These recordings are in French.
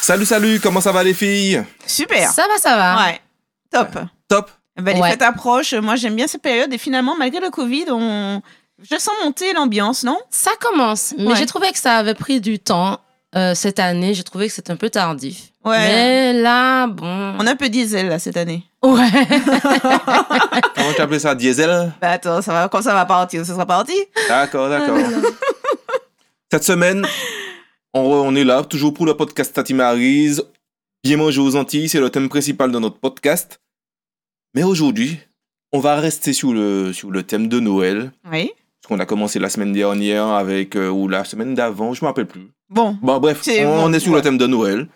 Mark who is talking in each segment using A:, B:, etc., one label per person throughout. A: Salut, salut, comment ça va les filles
B: Super.
C: Ça va, ça va.
B: Ouais. Top.
A: Top
B: Ben, les
C: Ouais.
B: fêtes approchent. Moi, j'aime bien cette période. Et finalement, malgré le Covid, on... je sens monter l'ambiance, non
C: Ça commence, mais
B: Ouais.
C: j'ai trouvé que ça avait pris du temps euh, cette année. J'ai trouvé que c'était un peu tardif.
B: Ouais.
C: Mais là, bon.
B: On a un peu diesel, là, cette année.
C: Ouais.
A: Comment tu appelles ça Diesel
B: Bah, attends, ça va... quand ça va partir, ce sera parti.
A: D'accord, d'accord. Cette semaine, on, re- on est là, toujours pour le podcast Tatimarise. Bien manger aux Antilles, c'est le thème principal de notre podcast. Mais aujourd'hui, on va rester sur le, sur le thème de Noël.
B: Oui.
A: Parce qu'on a commencé la semaine dernière avec, euh, ou la semaine d'avant, je ne me rappelle plus.
B: Bon.
A: Bon, Bah, bref,
B: C'est
A: on,
B: bon,
A: on est sur
B: ouais.
A: le thème de Noël.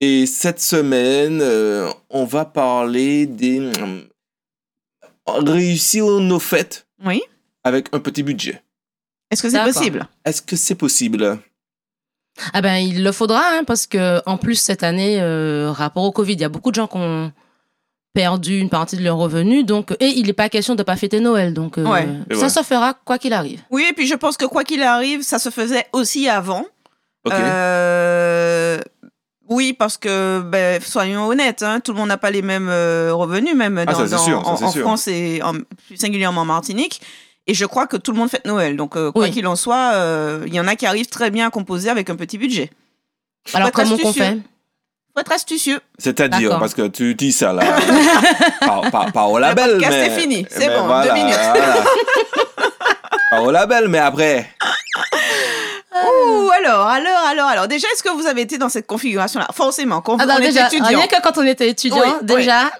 A: Et cette semaine, euh, on va parler des. hum, réussir nos fêtes
B: Oui.
A: avec un petit budget.
B: Est-ce que c'est
C: D'accord.
B: possible
A: Est-ce que c'est possible
C: Ah ben, il le faudra, hein, parce que en plus cette année, euh, rapport au Covid, il y a beaucoup de gens qui ont perdu une partie de leurs revenus, donc et il n'est pas question de pas fêter Noël, donc euh,
B: Ouais.
A: Et
C: ça
A: ouais.
C: se fera quoi qu'il arrive.
B: Oui, et puis je pense que quoi qu'il arrive, ça se faisait aussi avant.
A: Ok.
B: Euh, oui, parce que, ben, soyons honnêtes, hein, tout le monde n'a pas les mêmes euh, revenus, même
A: Ah, ça,
B: dans-
A: c'est
B: dans-
A: sûr, ça,
B: en,
A: c'est
B: en
A: sûr.
B: France et en- plus singulièrement en Martinique. Et je crois que tout le monde fête Noël. Donc, euh, quoi
C: Oui.
B: qu'il en soit, euh, il y en a qui arrivent très bien à composer avec un petit budget. Faut
C: Alors
B: être
C: comment qu'on fait
B: astucieux. Faut être astucieux.
A: C'est-à-dire,
C: D'accord.
A: parce que tu dis ça là. par, par- par au label.
B: podcast
A: mais,
B: est fini, c'est
A: mais
B: bon, deux minutes.
A: voilà. par au label, mais après.
C: Euh.
B: Ouh, alors, alors, alors, alors. Déjà, est-ce que vous avez été dans cette configuration-là Forcément, quand
C: Ah
B: vous-
C: bah,
B: on est
C: déjà,
B: étudiant.
C: rien que quand on était étudiant,
B: Oui, oui.
C: déjà.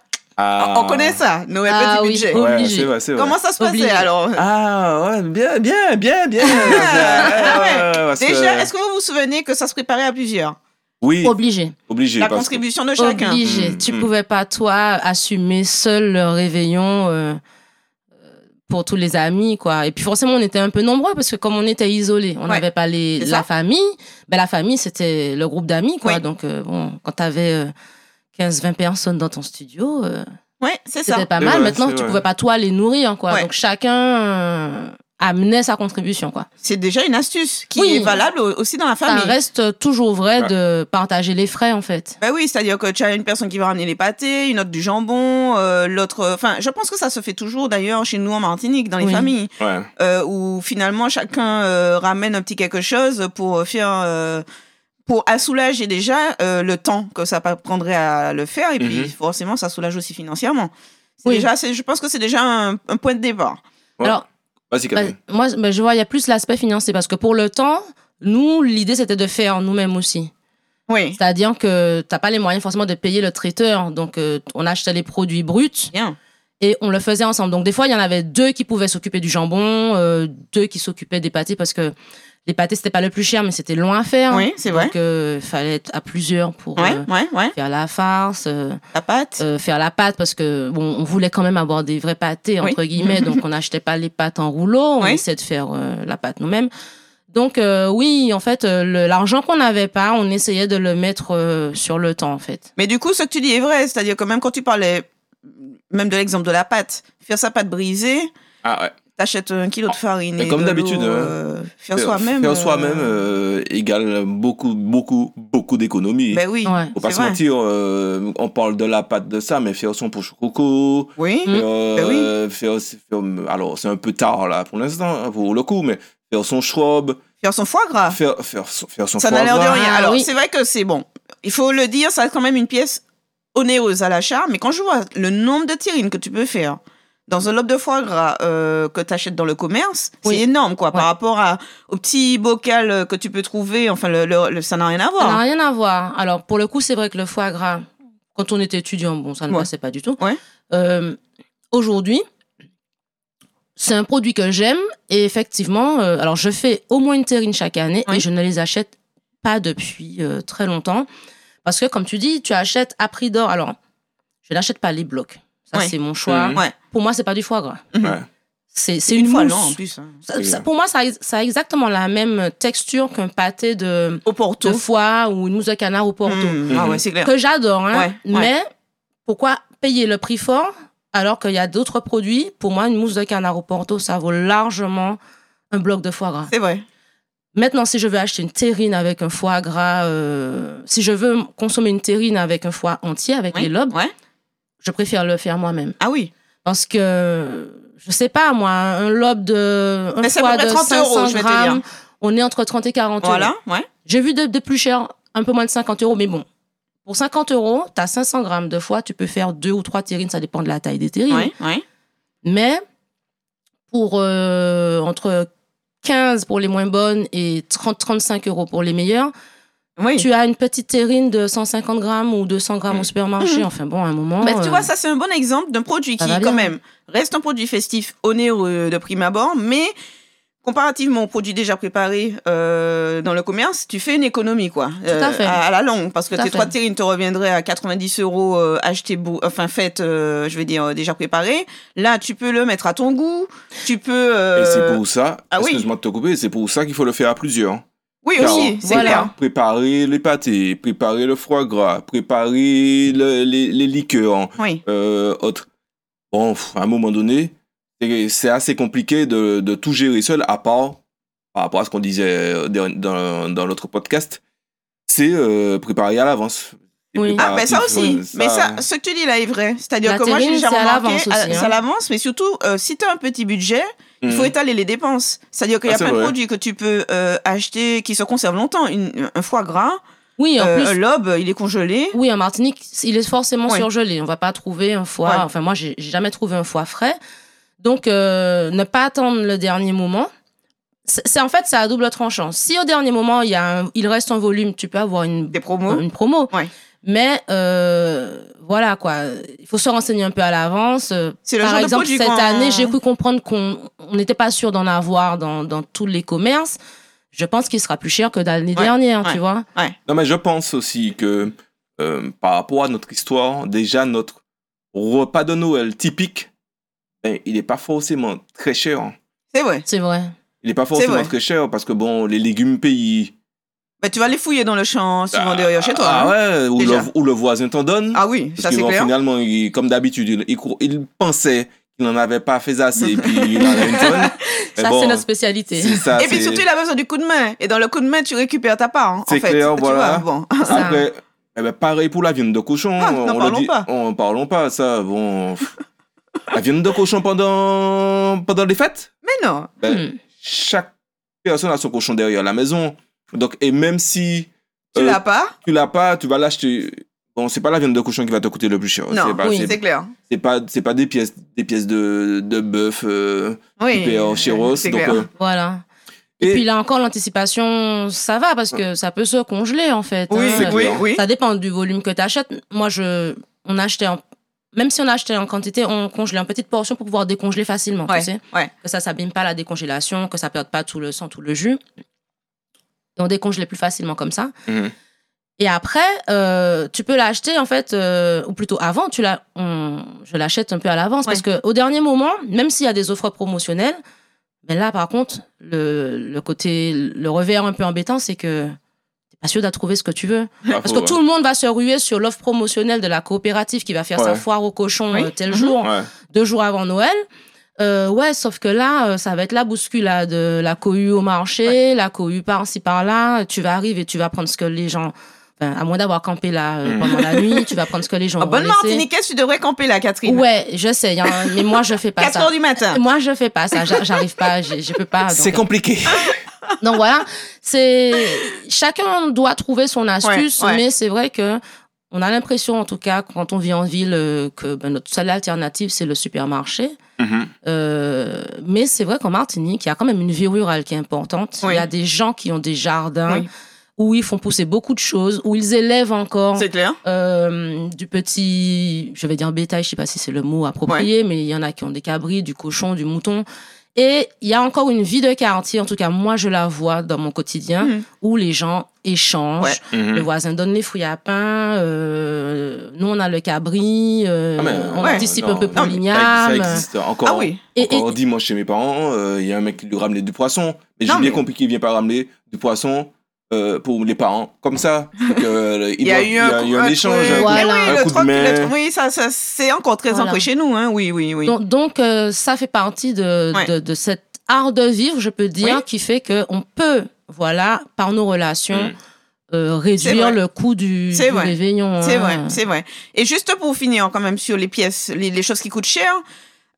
A: Ah.
B: On connaît ça, Noël
C: Ah
B: petit
C: oui.
B: budget.
C: Oh.
A: Ouais,
C: Obligé.
A: c'est vrai, c'est vrai.
B: Comment ça se
C: Obligé.
B: passait alors
A: Ah, ouais, bien, bien, bien, bien. Ouais,
B: Ah ouais.
A: ouais, ouais, parce
B: Déjà,
A: que-
B: est-ce que vous vous souvenez que ça se préparait à plusieurs
A: Oui,
C: Obligé,
A: obligé.
B: La
A: parce que-
B: contribution de chacun.
C: obligé.
A: Mm,
C: Tu
A: mm.
C: pouvais pas toi assumer seul le réveillon euh, euh, pour tous les amis, quoi. Et puis forcément, on était un peu nombreux parce que comme on était isolés, on
B: Ouais.
C: n'avait pas les,
B: C'est ça.
C: la famille. Ben, la famille, c'était le groupe d'amis, quoi.
B: Oui.
C: Donc, euh, bon, quand tu avais 15-20 personnes dans ton studio, euh,
B: Ouais, c'est ça.
C: c'était pas
A: C'est
C: mal.
A: vrai,
C: Maintenant,
A: c'est
C: tu
A: vrai.
C: pouvais pas toi les nourrir, quoi.
B: Ouais.
C: Donc, chacun euh, amenait sa contribution, quoi.
B: C'est déjà une astuce qui
C: Oui.
B: est valable au- aussi dans la
C: Ça
B: famille.
C: reste toujours vrai
A: Ouais.
C: de partager les frais, en fait.
B: Bah oui, c'est-à-dire que tu as une personne qui va ramener les pâtés, une autre du jambon, euh, l'autre. Enfin, je pense que ça se fait toujours d'ailleurs chez nous en Martinique, dans les
C: Oui.
B: familles,
A: Ouais.
B: euh, où finalement chacun euh, ramène un petit quelque chose pour faire. euh, pour à soulager déjà euh, le temps que ça pa- prendrait à le faire, et puis
A: Mhm.
B: forcément, ça soulage aussi financièrement. C'est
C: Oui.
B: Déjà, c'est- je pense que c'est déjà un, un point de départ.
A: Ouais.
C: Alors,
A: Vas-y,
C: Bah,
A: Catherine.
C: moi, bah, je vois, il y a plus l'aspect financier parce que pour le temps, nous, l'idée c'était de faire nous-mêmes aussi.
B: Oui.
C: C'est-à-dire que t'as pas les moyens forcément de payer le traiteur, donc euh, on achetait les produits bruts
B: Bien.
C: et on le faisait ensemble. Donc des fois, il y en avait deux qui pouvaient s'occuper du jambon, euh, deux qui s'occupaient des pâtés parce que les pâtés c'était pas le plus cher, mais c'était long à faire.
B: Oui, c'est vrai.
C: Donc euh, fallait être à plusieurs pour
B: Ouais,
C: euh,
B: ouais, ouais.
C: faire la farce. euh,
B: La pâte.
C: euh, faire la pâte parce que bon, on voulait quand même avoir des vrais pâtés
B: Oui.
C: entre guillemets, donc on n'achetait pas les pâtes en rouleau, on
B: Oui.
C: essayait de faire euh, la pâte nous-mêmes. Donc euh, oui, en fait, euh, le- l'argent qu'on n'avait pas, on essayait de le mettre euh, sur le temps en fait.
B: Mais du coup, ce que tu dis est vrai, c'est-à-dire que même quand tu parlais, même de l'exemple de la pâte, faire sa pâte brisée,
A: Ah, ouais.
B: t'achètes un kilo de farine.
A: Mais
B: et
A: comme
B: de
A: d'habitude,
B: l'eau,
A: hein.
B: euh, faire soi-même.
A: Faire
B: euh,
A: soi-même euh, égale beaucoup, beaucoup, beaucoup d'économies.
B: Ben oui.
C: Ouais.
A: euh, Faut pas
B: c'est
A: se
B: vrai.
A: mentir, euh, on parle de la pâte de ça, mais faire son poche coco.
B: Oui.
C: Mm.
A: euh,
B: Ben oui.
A: faire- faire- alors, c'est un peu tard là pour l'instant, hein, pour le coup, mais faire son schrob,
B: Faire son foie gras.
A: faire, faire, son- faire son
B: Ah. ça
A: foie
B: n'a l'air de
A: gras.
B: rien.
C: Ah,
B: Alors,
C: oui.
B: c'est vrai que c'est bon. Il faut le dire, ça reste quand même une pièce onéreuse à l'achat, mais quand je vois le nombre de terrines que tu peux faire dans un lobe de foie gras euh, que tu achètes dans le commerce,
C: Oui.
B: c'est énorme, quoi, par
C: Ouais.
B: rapport à, au petit bocal euh, que tu peux trouver. Enfin, le, le- le- ça n'a rien à
C: Ça n'a
B: voir.
C: rien à voir. Alors pour le coup, c'est vrai que le foie gras, quand on était étudiant, bon, ça ne
B: Ouais.
C: passait pas du tout.
B: Ouais.
C: Euh, Aujourd'hui, c'est un produit que j'aime et effectivement, euh, alors je fais au moins une terrine chaque année
B: Oui.
C: et je ne les achète pas depuis euh, très longtemps parce que comme tu dis, tu achètes à prix d'or. Alors, je n'achète pas les blocs. Ça,
B: Ouais.
C: c'est mon choix.
A: Mhm.
B: Ouais.
C: Pour moi, c'est pas du foie gras.
B: Mhm.
A: Ouais.
C: C'est c'est
B: C'est une,
C: une
B: fois
C: mousse.
B: l'an en plus. hein.
C: Ça- ça-
A: Oui.
C: pour moi, ça, a- ça a exactement la même texture qu'un pâté de
B: Au Porto.
C: de foie ou une mousse de canard au porto.
B: Mmh. Ah
A: Mhm.
B: ouais, c'est clair.
C: Que j'adore, hein,
B: Ouais, ouais.
C: mais pourquoi payer le prix fort alors qu'il y a d'autres produits Pour moi, une mousse de canard au porto, ça vaut largement un bloc de foie gras.
B: C'est vrai.
C: Maintenant, si je veux acheter une terrine avec un foie gras, euh, si je veux consommer une terrine avec un foie entier, avec
B: Ouais,
C: les lobes,
B: ouais.
C: je préfère le faire moi-même.
B: Ah oui.
C: Parce que, je sais pas, moi, un lobe de. Un
B: Mais c'est à peu
C: foie
B: près
C: de
B: 30 euros,
C: 500
B: je vais te
C: grammes,
B: dire.
C: On est entre 30 et 40 euros.
B: Voilà, ouais.
C: J'ai vu de, de plus cher, un peu moins de 50 euros, mais bon. Pour 50 euros, tu as 500 grammes de foie, tu peux faire deux ou trois terrines, ça dépend de la taille des terrines.
B: Ouais, ouais.
C: Mais pour euh, entre 15 pour les moins bonnes et 30-35 euros pour les meilleures,
B: Oui.
C: tu as une petite terrine de 150 grammes ou 200 grammes au
B: Mm.
C: supermarché. Enfin bon, à un moment.
B: Bah, tu
C: euh,
B: vois, ça, c'est un bon exemple d'un produit
C: ça
B: qui,
C: va
B: quand
C: bien.
B: même, reste un produit festif onéreux euh, de prime abord, mais comparativement aux produits déjà préparés euh, dans le commerce, tu fais une économie, quoi. Euh,
C: à fait.
B: À, à la longue, parce que
C: Tout à
B: tes
C: fait.
B: trois terrines te reviendraient à 90 euros euh, achetés, bou- enfin, faites, euh, je vais dire, euh, déjà préparées. Là, tu peux le mettre à ton goût, tu peux... euh,
A: Et c'est pour ça,
B: ah oui.
A: excuse-moi de te couper, c'est pour ça qu'il faut le faire à plusieurs.
B: Oui,
A: Car-
B: aussi, c'est
C: Voilà.
B: clair.
A: Préparer les pâtés, préparer le foie gras, préparer le- les, les liqueurs,
B: Oui,
A: euh, autres. Bon, pff, à un moment donné, c'est- c'est assez compliqué de, de tout gérer seul, à part, par rapport à ce qu'on disait euh, der- dans, dans l'autre podcast, c'est euh, préparer à l'avance. Les
C: Oui.
B: Ah, ben ça aussi.
A: préparatifs,
B: Mais ça, ce que tu dis là est vrai. C'est-à-dire
C: La
B: que moi, j'ai
C: terrine,
B: déjà
C: c'est à
B: remarqué,
C: l'avance aussi,
B: à-
C: hein.
B: c'est à l'avance, mais surtout, euh, si tu as un petit budget, il faut
A: Mhm.
B: étaler les dépenses. C'est-à-dire qu'il y a
A: Ah, c'est
B: plein de
A: vrai.
B: produits que tu peux euh, acheter qui se conservent longtemps. Une- un foie gras,
C: Oui, en
B: euh,
C: plus.
B: un lobe, il est congelé.
C: Oui, en Martinique, il est forcément
B: Ouais.
C: surgelé. On va pas trouver un foie.
B: Ouais.
C: Enfin, moi, j'ai j'ai jamais trouvé un foie frais. Donc, euh, ne pas attendre le dernier moment. C'est c'est- en fait, c'est à double tranchant. Si au dernier moment, il, y a un- il reste un volume, tu peux avoir une
B: Des promos.
C: une promo.
B: Ouais.
C: Mais euh, voilà quoi, il faut se renseigner un peu à l'avance. Euh,
B: C'est le
C: Par
B: genre
C: exemple,
B: de produit
C: cette
B: qu'on-
C: année, j'ai cru comprendre qu'on on n'était pas sûr d'en avoir dans, dans tous les commerces. Je pense qu'il sera plus cher que l'année
B: Ouais.
C: dernière,
B: Ouais.
C: tu vois.
A: Non, mais je pense aussi que euh, par rapport à notre histoire, déjà notre repas de Noël typique, ben, il n'est pas forcément très cher. hein.
B: C'est vrai.
C: C'est vrai.
A: Il n'est pas
B: C'est
A: forcément
B: vrai.
A: très cher parce que, bon, les légumes pays.
B: Bah, tu vas les fouiller dans le champ souvent derrière chez toi.
A: Ah
B: hein.
A: ouais, où
B: Déjà.
A: le, où le voisin t'en donne.
B: Ah oui, ça
A: parce que
B: c'est
A: bon,
B: clair.
A: finalement, il- comme d'habitude, il, il cour- il pensait qu'il n'en avait pas fait assez, puis il en a une tonne. Mais
C: Ça,
A: bon,
C: c'est notre spécialité.
A: c'est ça,
B: Et puis
A: c'est-
B: surtout, il a besoin du coup de main. Et dans le coup de main, tu récupères ta part. hein, en
A: C'est
B: fait.
A: clair,
B: Tu
A: voilà.
B: vois, bon.
C: ça.
A: Après, eh ben, pareil pour la viande de cochon.
B: Ah, n'en
A: on le
B: parlons
A: dit,
B: pas.
A: On parlons pas, ça. Bon. la viande de cochon pendant, pendant les fêtes.
B: Mais non.
A: Ben,
C: Hmm,
A: Chaque personne a son cochon derrière la maison. Donc, et même si
B: Tu
A: euh,
B: l'as pas
A: tu l'as pas, tu vas l'acheter. Bon, c'est pas la viande de cochon qui va te coûter le plus cher.
B: Non,
A: c'est pas,
C: oui.
A: c'est-
B: C'est clair.
A: c'est pas, c'est pas des pièces, des pièces de, de bœuf euh,
B: Oui.
A: coupées en chiros.
B: c'est
A: Donc,
B: clair.
A: euh,
C: Voilà.
A: et,
C: Et puis là encore, l'anticipation, ça va parce que ça peut se congeler en fait.
B: Oui,
C: hein.
A: c'est
B: oui,
A: clair.
B: oui.
C: Ça dépend du volume que tu achètes. Moi, je, on achetait en, même si on achetait en quantité, on congelait en petite portion pour pouvoir décongeler facilement,
B: Ouais,
C: tu sais.
B: ouais.
C: Que ça s'abîme pas la décongélation, que ça perde pas tout le sang, tout le jus. Et on décongelait plus facilement comme ça.
A: Mhm.
C: Et après, euh, tu peux l'acheter en fait, euh, ou plutôt avant, tu l'as, on- je l'achète un peu à l'avance
B: Ouais.
C: parce que au dernier moment, même s'il y a des offres promotionnelles, mais là par contre, le, le côté, le revers un peu embêtant, c'est que t'es pas sûr de trouver ce que tu veux.
A: ah,
C: Parce
A: faut-
C: que tout le monde va se ruer sur l'offre promotionnelle de la coopérative qui va faire sa
A: Ouais.
C: foire au cochon
B: Oui.
C: euh, tel
B: Mhm.
C: jour,
A: hein. ouais.
C: deux jours avant Noël. Euh, ouais, sauf que là, euh, ça va être la bousculade, euh, la cohue au marché, la cohue par-ci par-là. Tu vas arriver, tu vas prendre ce que les gens, enfin, à moins d'avoir campé là euh,
A: Mhm.
C: pendant la nuit, tu vas prendre ce que les gens.
B: En
C: ont
B: Ah, bonne
C: laissé.
B: martiniquaise, tu devrais camper là, Catherine.
C: Ouais, je sais, y a- mais moi je fais pas
B: 4
C: ça.
B: heures du matin.
C: Moi je fais pas ça, J'a- j'arrive pas, j'ai- je peux pas.
A: C'est
C: Ah, donc-
A: compliqué.
C: donc voilà, c'est chacun doit trouver son astuce,
B: Ouais, ouais.
C: mais c'est vrai que on a l'impression, en tout cas, quand on vit en ville, euh, que ben, notre seule alternative c'est le supermarché.
A: Mhm.
C: Euh, mais c'est vrai qu'en Martinique, il y a quand même une vie rurale qui est importante.
B: Oui.
C: Il y a des gens qui ont des jardins
B: Oui.
C: où ils font pousser beaucoup de choses, où ils élèvent encore
B: C'est clair.
C: euh, du petit, je vais dire bétail, je sais pas si c'est le mot approprié, mais il y en a qui ont des cabris, du cochon, du mouton. Et il y a encore une vie de quartier, en tout cas moi je la vois dans mon quotidien,
B: Mhm.
C: où les gens échangent.
B: Ouais.
A: Mhm.
C: Le voisin donne les fruits à pain, euh, nous on a le cabri, euh,
A: Ah, mais,
C: on
B: ouais,
C: anticipe
A: non,
C: un peu
A: non,
C: pour
A: mais
C: l'igname.
A: Ça existe encore.
B: Ah oui.
C: Et- et-
A: Encore dimanche chez mes parents, euh, il y a un mec qui lui ramenait du poisson. Mais j'ai
B: Non,
A: bien
B: mais-
A: compris qu'il vient pas ramener du poisson euh, pour les parents, comme ça. Donc, euh,
B: Il y a
A: doit-
B: eu un,
A: il y a
B: un
A: échange.
B: truc.
A: un coup-
B: Mais
C: Voilà.
B: oui,
A: un
B: le
A: coup de
B: troc, le
A: main.
B: tro- oui, ça, ça, c'est encore très
C: Voilà.
B: ancré chez nous. Hein. Oui, oui, oui.
C: Donc, donc, euh, ça fait partie de,
B: Ouais.
C: de, de cet art de vivre, je peux dire,
B: Oui.
C: qui fait qu'on peut voilà, par nos relations,
A: Mm.
C: euh,
B: C'est
C: réduire
B: vrai.
C: le coût du,
B: C'est
C: du
B: vrai.
C: réveillon.
B: C'est
C: hein.
B: vrai, c'est vrai. Et juste pour finir quand même sur les pièces, les, les choses qui coûtent cher,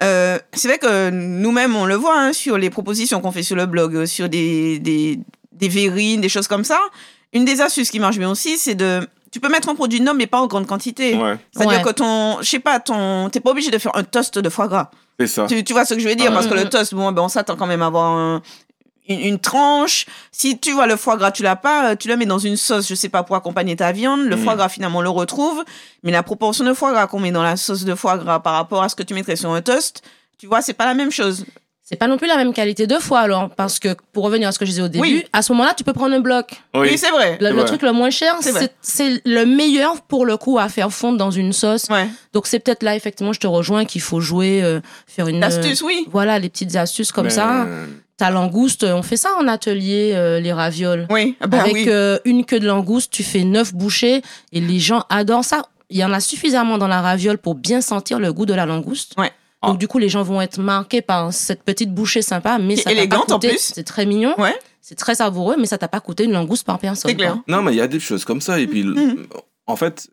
B: euh, c'est vrai que nous-mêmes, on le voit hein, sur les propositions qu'on fait sur le blog, euh, sur des, des, des verrines, des choses comme ça. Une des astuces qui marche bien aussi, c'est de... Tu peux mettre un produit non, mais pas en grande quantité.
A: Ouais,
B: C'est-à-dire
C: Ouais.
B: que ton... Je sais pas, ton... T'es pas obligé de faire un toast de foie gras.
A: c'est ça.
B: Tu, tu vois ce que je veux dire
A: Ouais.
B: Parce que le toast, bon, ben, on s'attend quand même à avoir un- une, une tranche. Si tu vois le foie gras, tu l'as pas, euh, tu le mets dans une sauce, je sais pas, pour accompagner ta viande. Le
A: Mhm.
B: foie gras, finalement, on le retrouve. Mais la proportion de foie gras qu'on met dans la sauce de foie gras par rapport à ce que tu mettrais sur un toast, tu vois, c'est pas la même chose.
C: C'est pas non plus la même qualité deux fois alors, parce que pour revenir à ce que je disais au début,
B: Oui.
C: à ce moment-là, tu peux prendre un bloc.
B: Oui,
A: Oui,
B: c'est vrai.
C: Le,
A: C'est
C: le
A: vrai.
C: truc le moins cher,
B: C'est vrai.
C: c'est c'est le meilleur pour le coup à faire fondre dans une sauce.
B: Ouais.
C: Donc c'est peut-être là effectivement, je te rejoins qu'il faut jouer, euh, faire une
B: L'astuce, oui.
C: euh, voilà les petites astuces comme
A: mais- euh,
C: ça. Ta langouste, on fait ça en atelier euh, les ravioles.
B: Oui, Ah ben
C: Avec
B: oui.
C: euh, une queue de langouste, tu fais neuf bouchées et les gens adorent ça. Il y en a suffisamment dans la raviole pour bien sentir le goût de la langouste.
B: Ouais. Oh.
C: Donc
A: Ah.
C: du coup, les gens vont être marqués par cette petite bouchée sympa, mais
B: Qui est
C: ça t'a pas
B: élégante, en
C: coûté-
B: plus.
C: C'est très mignon.
B: Ouais.
C: C'est très savoureux, mais ça t'a pas coûté une langouste par personne.
B: C'est clair.
C: quoi.
A: Non, mais il y a des choses comme ça. Et puis,
B: Mhm.
A: en fait,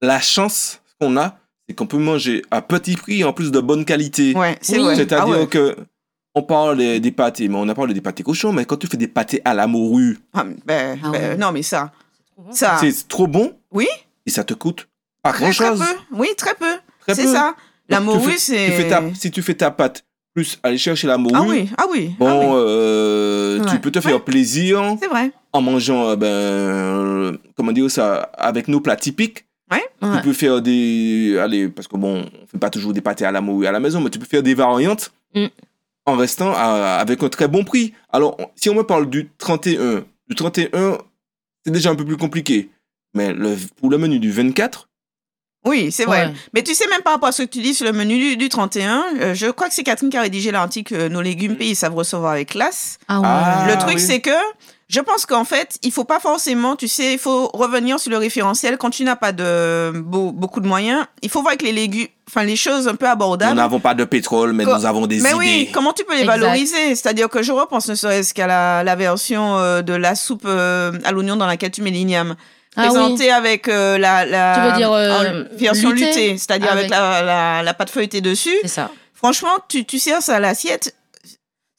A: la chance qu'on a, c'est qu'on peut manger à petit prix, en plus de bonne qualité.
B: Ouais, c'est
C: Oui.
B: vrai.
A: C'est-à-dire
B: Ah ouais.
A: que on parle des, des pâtés, mais on a parlé des pâtés cochons, mais quand tu fais des pâtés à la morue,
B: Ah, ben,
C: Ah
B: ben,
C: ouais.
B: Non, mais ça.
C: Bon.
B: Ça.
A: c'est trop bon.
B: Ah. Oui.
A: Et ça te coûte pas
B: Très, très
A: grand-chose.
B: peu. Oui, très peu.
A: Très
B: C'est
A: peu.
B: ça. La
A: Donc, tu fais-
B: morue, c'est.
A: Tu fais ta- si tu fais ta pâte, plus aller chercher la morue,
B: Ah oui, ah oui. ah
A: bon,
B: oui.
A: euh, tu
C: Ouais.
A: peux te faire plaisir
B: C'est vrai.
A: en mangeant, euh, ben, euh, comment dire ça, avec nos plats typiques.
C: Ouais.
A: Tu peux faire des. Allez, parce que bon, on fait pas toujours des pâtés à la morue à la maison, mais tu peux faire des variantes
C: Mm.
A: en restant à- avec un très bon prix. Alors, on- si on me parle du 31, du 31, c'est déjà un peu plus compliqué. Mais le, pour le menu du 24,
B: Oui, c'est vrai.
C: Ouais.
B: Mais tu sais même par rapport à ce que tu dis sur le menu du, du 31, euh, je crois que c'est Catherine qui a rédigé l'article euh, Nos légumes pays savent recevoir avec classe.
C: Ah ouais.
A: Ah.
B: le truc
A: oui.
B: c'est que je pense qu'en fait, il faut pas forcément, tu sais, il faut revenir sur le référentiel quand tu n'as pas de beau- beaucoup de moyens. Il faut voir que les légumes, enfin les choses un peu
A: nous
B: abordables.
A: n'avons pas de pétrole, mais
B: Co-
A: nous avons des
B: Bah Mais
A: idées.
B: oui, comment tu peux les
C: Exact.
B: valoriser C'est-à-dire que je repense ne serait-ce qu'à la, la version euh, de la soupe euh, à l'oignon dans laquelle tu mets l'igname.
C: Ah oui.
B: présentée avec euh, la, la
C: Tu veux dire, euh, Ah
B: en version
C: luttée
B: luttée, c'est-à-dire avec,
C: avec
B: la, la, la pâte feuilletée dessus.
C: C'est ça.
B: Franchement, tu, tu sers ça à l'assiette.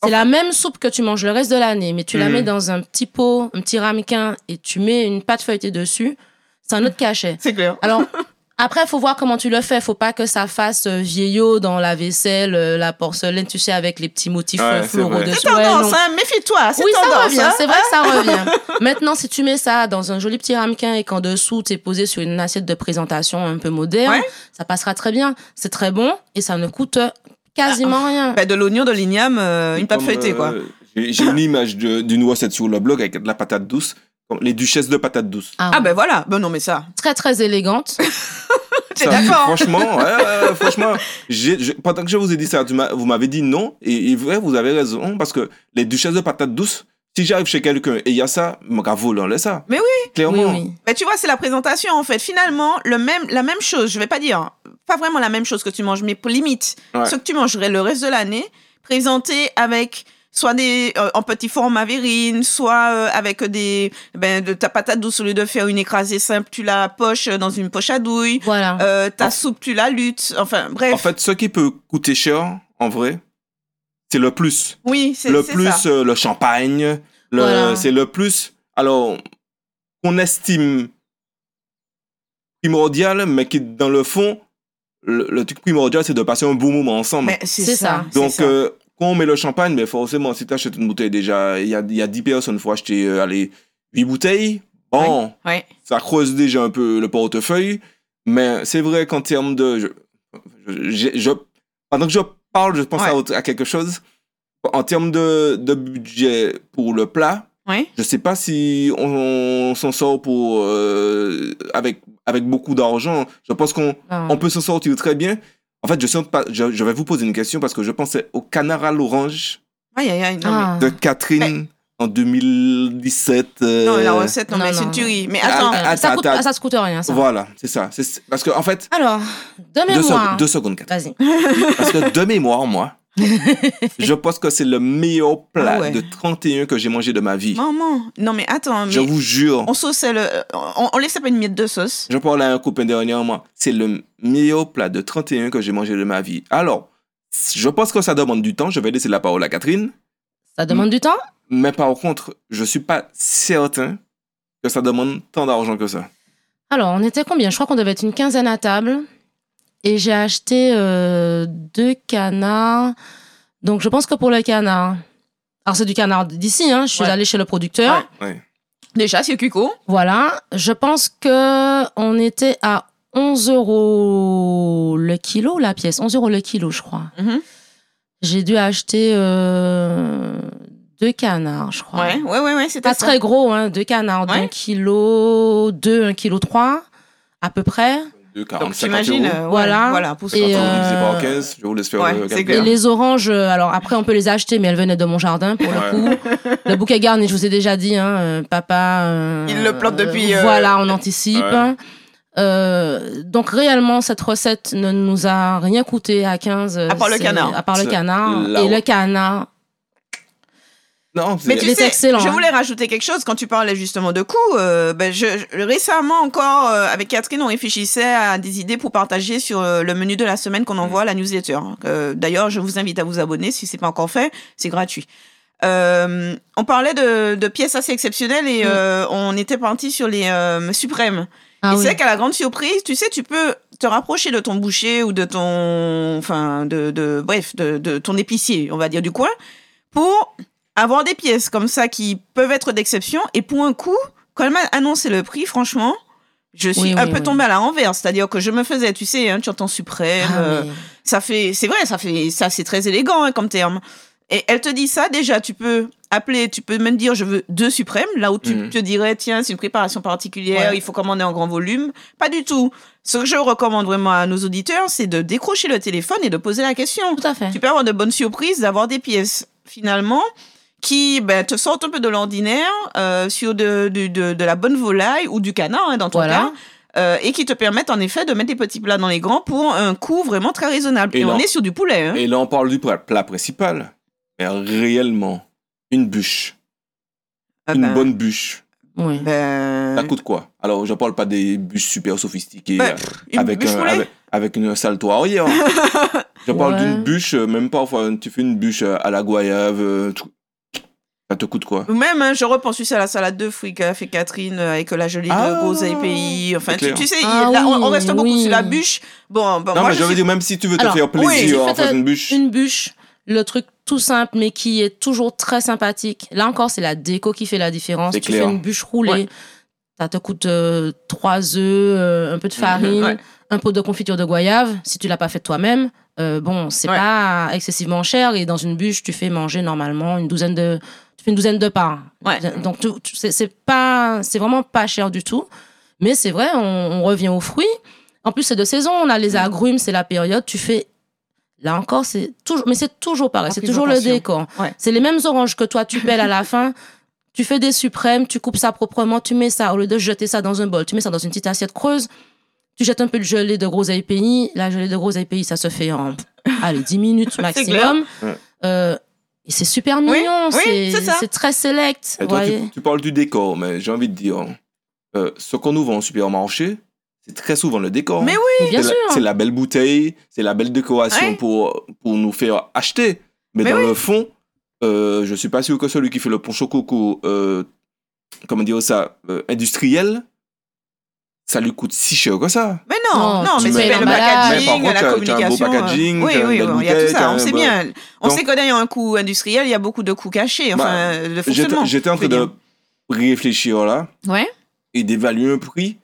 C: C'est la même soupe que tu manges le reste de l'année, mais tu la
B: Mm.
A: Mhm.
C: mets dans un petit pot, un petit ramequin, et tu mets une pâte feuilletée dessus. C'est un autre cachet.
B: C'est clair.
C: Alors, après, faut voir comment tu le fais. Faut pas que ça fasse euh, vieillot dans la vaisselle, euh, la porcelaine, tu sais, avec les petits motifs
A: Ouais,
C: euh,
A: c'est
C: floraux
A: vrai.
C: dessus.
B: C'est
C: Ouais,
B: tendance,
C: non.
B: hein, méfie-toi. C'est
C: Oui, ça
B: tendance.
C: revient,
B: hein.
C: c'est vrai que ça revient. Maintenant, si tu mets ça dans un joli petit ramequin et qu'en dessous, tu es posé sur une assiette de présentation un peu moderne,
B: Ouais.
C: ça passera très bien. C'est très bon et ça ne coûte euh, quasiment rien.
B: Bah, de l'oignon, de l'igname, euh, une pâte
A: Comme,
B: feuilletée,
A: euh,
B: quoi.
A: J'ai j'ai une image de- d'une recette sur le blog avec de la patate douce, comme les duchesses de patate douce.
C: Ah,
B: Ah,
C: ouais.
B: ben voilà. Ben non, mais ça.
C: Très, très
B: T'es
C: élégante.
A: Ça,
B: d'accord hein.
A: Franchement, ouais, ouais, ouais, franchement j'ai- je- pendant que je vous ai dit ça, tu m'as- vous m'avez dit non. Et, et vrai, vous avez raison, parce que les duchesses de patates douces, si j'arrive chez quelqu'un et il y a ça, bravo, on laisse ça.
B: Mais
A: oui
C: Oui,
A: Clairement.
C: oui.
B: Mais Bah, tu vois, c'est la présentation, en fait. Finalement, le même, la même chose, je vais pas dire, pas vraiment la même chose que tu manges, mais limite,
A: Ouais.
B: ce que tu mangerais le reste de l'année, présenté avec soit des, euh, en petit format verrine, soit euh, avec des, ben, de ta patate douce, au lieu de faire une écrasée simple, tu la poches euh, dans une poche à douille,
C: Voilà.
B: Euh, ta
A: En-
B: soupe, tu la luttes, enfin, bref.
A: En fait, ce qui peut coûter cher, en vrai, c'est le plus.
B: oui, c'est
A: Le
B: c'est
A: plus,
B: ça.
A: euh, le champagne, le-
C: Voilà.
A: c'est le plus. Alors, qu'on estime primordial, mais qui, dans le fond, le, le truc primordial, c'est de passer un bon moment ensemble.
B: Mais Ben, c'est
C: C'est
B: ça.
C: ça.
B: c'est
A: Donc,
B: ça.
A: euh, quand on met le champagne, mais forcément, si tu achètes une bouteille déjà, il y a, il y a 10 personnes, il faut acheter euh, allez, 8 bouteilles. Bon,
B: ouais.
A: ça creuse déjà un peu le portefeuille. Mais c'est vrai qu'en termes de. Je, je, je- pendant que je parle, je pense à,
B: Ouais.
A: autre- à quelque chose. En termes de, de budget pour le plat,
B: Ouais.
A: je sais pas si on, on s'en sort pour, euh, avec, avec beaucoup d'argent. Je pense qu'on
C: Non.
A: on peut s'en sortir très bien. En fait, je, sens pas, je, je vais vous poser une question parce que je pensais au canard à l'orange
B: Aïe, aïe, aïe, non, mais-
C: Ah.
A: de Catherine en 2017. euh,
B: Non, la recette, non,
C: Non,
B: mais c'est
C: non.
B: une tuerie. Mais
A: Ah,
B: attends,
A: ah,
C: ça,
A: attends,
C: coûte,
A: attends.
C: ah, ça se coûte rien, ça.
A: Voilà, c'est ça. c'est- Parce que, en fait,
C: Alors, de
A: deux,
C: mémoire.
A: secondes- deux secondes, Catherine.
C: Vas-y.
A: Parce que de mémoire, moi, Je pense que c'est le meilleur plat
B: Ah Ouais.
A: de 31 que j'ai mangé de ma vie.
B: Maman, non mais attends, mais
A: Je vous jure.
B: on sauçait le, euh, on, on laissait pas une miette de sauce.
A: Je parlais à un copain dernièrement. C'est le meilleur plat de 31 que j'ai mangé de ma vie. Alors, je pense que ça demande du temps. Je vais laisser la parole à Catherine.
C: Ça
A: Mm.
C: demande du temps
A: Mais par contre, je suis pas certain que ça demande tant d'argent que ça.
C: Alors, on était combien Je crois qu'on devait être une quinzaine à table. Et j'ai acheté euh, deux canards. Donc, je pense que pour le canard. Alors, c'est du canard d'ici, hein. Je suis
B: Ouais.
C: allée chez le producteur.
B: Ouais.
A: Ouais.
B: Déjà, c'est Cuco.
C: Voilà. Je pense que on était à 11 euros le kilo, la pièce. 11 euros le kilo, je crois.
B: Mhm.
C: J'ai dû acheter euh, deux canards, je crois.
B: Ouais, ouais, ouais, ouais c'était
C: Pas
B: ça.
C: très gros, hein. Deux canards,
B: Ouais.
C: d'un kilo, deux, un kilo trois, à peu près.
A: De 40,
B: Donc
A: 50
B: j'imagine,
A: euros.
B: euh, ouais,
C: Voilà.
B: voilà, pour ce
C: Et,
B: qu'on trouve.
C: euh,
A: divisé par 15, je vous laisse faire
B: ouais,
A: le
B: c'est
A: calcul.
C: Et
B: clair.
C: les oranges, euh, alors après on peut les acheter, mais elles venaient de mon jardin pour
A: Ouais.
C: le coup. Le bouquet garni, je vous ai déjà dit, hein, euh, papa. euh,
B: Il le plante depuis, euh,
C: Voilà, on anticipe.
A: Ouais.
C: Euh, donc réellement, cette recette ne nous a rien coûté à 15. euh,
B: À part le
C: c'est-
B: canard.
C: À part le
A: C'est
C: canard.
A: là
C: Et
A: où-
C: le canard.
A: Non,
B: Mais
A: c'est-
C: il
B: tu
C: est
B: sais,
C: excellent,
B: je
C: hein.
B: voulais rajouter quelque chose quand tu parlais justement de coûts. euh, ben je, je- récemment encore, euh, avec Catherine, on réfléchissait à des idées pour partager sur euh, le menu de la semaine qu'on envoie à la newsletter. Euh, D'ailleurs, je vous invite à vous abonner si c'est pas encore fait, c'est gratuit. Euh, on parlait de, de pièces assez exceptionnelles et
C: Mm.
B: euh, on était parti sur les euh, suprêmes.
C: Ah
B: et
C: oui.
B: c'est qu'à la grande surprise, tu sais, tu peux te rapprocher de ton boucher ou de ton, enfin, de, de bref, de, de ton épicier, on va dire du coin, pour avoir des pièces comme ça qui peuvent être d'exception et pour un coup, quand elle m'a annoncé le prix, franchement, je suis
C: Oui,
B: un
C: oui,
B: peu
C: oui.
B: tombée à la renverse, c'est-à-dire que je me faisais, tu sais, hein, tu entends suprême,
C: Ah,
B: euh,
C: mais-
B: ça fait, c'est vrai, ça fait, ça c'est très élégant hein, comme terme. Et elle te dit ça déjà, tu peux appeler, tu peux même dire je veux deux suprêmes, là où tu
A: Mhm.
B: te dirais tiens c'est une préparation particulière,
C: Ouais.
B: il faut commander en grand volume. Pas du tout. Ce que je recommande vraiment à nos auditeurs, c'est de décrocher le téléphone et de poser la question.
C: Tout à fait.
B: Tu peux avoir de bonnes surprises d'avoir des pièces finalement qui ben, te sortent un peu de l'ordinaire euh, sur de, du- de, de la bonne volaille ou du canard hein, dans ton cas
C: Voilà.
B: euh, et qui te permettent en effet de mettre des petits plats dans les grands pour un coût vraiment très raisonnable. Et,
A: Et là-
B: on est sur du poulet. hein.
A: Et là, on parle du plat plat principal. Mais réellement, une bûche.
B: Ah
A: une
B: ben,
A: bonne Bah, bûche.
C: Oui.
B: ben,
A: Ça coûte quoi Alors, je parle pas des bûches super sophistiquées.
B: Ouais,
A: euh,
B: Bah, une
A: avec,
B: bûche
A: un-
B: poulet.
A: avec, avec une salto arrière. je parle
C: Ouais.
A: d'une bûche, euh, même parfois, tu fais une bûche euh, à la goyave. euh, tu- Ça te coûte quoi
B: Ou Même, hein, je repense aussi à la salade de fruits qu'a fait Catherine euh, avec la gelée
A: Ah,
B: de groseille pays. Enfin,
A: c'est
B: tu,
A: clair.
B: tu sais,
C: Ah
B: il- là, on,
C: oui,
B: on reste beaucoup
C: oui.
B: sur la bûche. Bon, ben, bon,
A: Non,
B: moi,
A: mais je
B: je
A: veux
B: suis-
A: dire, même si tu veux te
C: Alors,
A: faire
C: oui,
A: plaisir
C: tu
A: en
C: fais ta-
A: faisant une bûche.
C: une bûche, le truc tout simple mais qui est toujours très sympathique. Là encore, c'est la déco qui fait la différence.
A: C'est
C: Tu
A: clair.
C: fais une bûche roulée,
A: Ouais.
C: ça te coûte euh, trois œufs, euh, un
A: Mhm.
C: peu de farine,
B: ouais.
C: un pot de confiture de goyave. Si tu l'as pas fait toi-même, euh, bon, c'est
B: Ouais.
C: pas excessivement cher et dans une bûche, tu fais manger normalement une douzaine de, tu fais une douzaine de parts.
B: Ouais.
C: Donc tu- tu- c'est c'est pas, c'est vraiment pas cher du tout. Mais c'est vrai, on, on revient aux fruits. En plus, c'est de saison. On a
B: Mm.
C: les agrumes, c'est la période. Tu fais. Là encore, c'est toujours. Mais c'est toujours pareil.
B: Oh,
C: C'est
B: plus
C: toujours le
B: attention.
C: décor.
B: Ouais.
C: C'est les mêmes oranges que toi, tu pèles à la fin. Tu fais des suprêmes, tu coupes ça proprement, tu mets ça, au lieu de jeter ça dans un bol, tu mets ça dans une petite assiette creuse. Tu jettes un peu de gelée de groseille pays. La gelée de groseille pays, ça se fait en allez, 10 minutes maximum.
A: clair.
C: Euh, et c'est super
B: Oui,
C: mignon.
B: oui,
C: c'est-
B: c'est ça.
C: c'est très select.
A: Et toi, tu-
C: voyez.
A: tu, parles du décor, mais j'ai envie de dire, euh, ce qu'on nous vend au supermarché, c'est très souvent le décor. hein.
B: Mais
C: Mais bien
A: C'est la-
C: sûr.
A: C'est la belle bouteille, c'est la belle décoration
B: Ouais.
A: pour, pour nous faire acheter. Mais,
B: Mais
A: dans le fond, euh, je suis pas sûr que celui qui fait le poncho coco, euh, comment dire ça, euh, industriel, ça lui coûte si cher que ça.
B: Mais non, non,
C: Non, tu
B: mais
A: mets
B: c'est le
C: l'emballage.
A: Mais par
B: packaging,
A: contre,
B: la
A: t'as- t'as un beau
B: communication. euh,
A: packaging,
B: oui,
A: t'as une
B: oui,
A: belle
B: bon, il y a tout
A: bouteille,
B: ça,
A: t'as
B: on
A: un-
B: sait
A: bah,
B: bien. On
A: donc- Bah,
B: sait que d'ailleurs, un coût industriel, il y a beaucoup de coûts cachés, enfin, de
A: J'étais
B: fonctionnement.
A: j'étais en
B: je veux
A: train de réfléchir là
B: Ouais.
A: et d'évaluer un prix.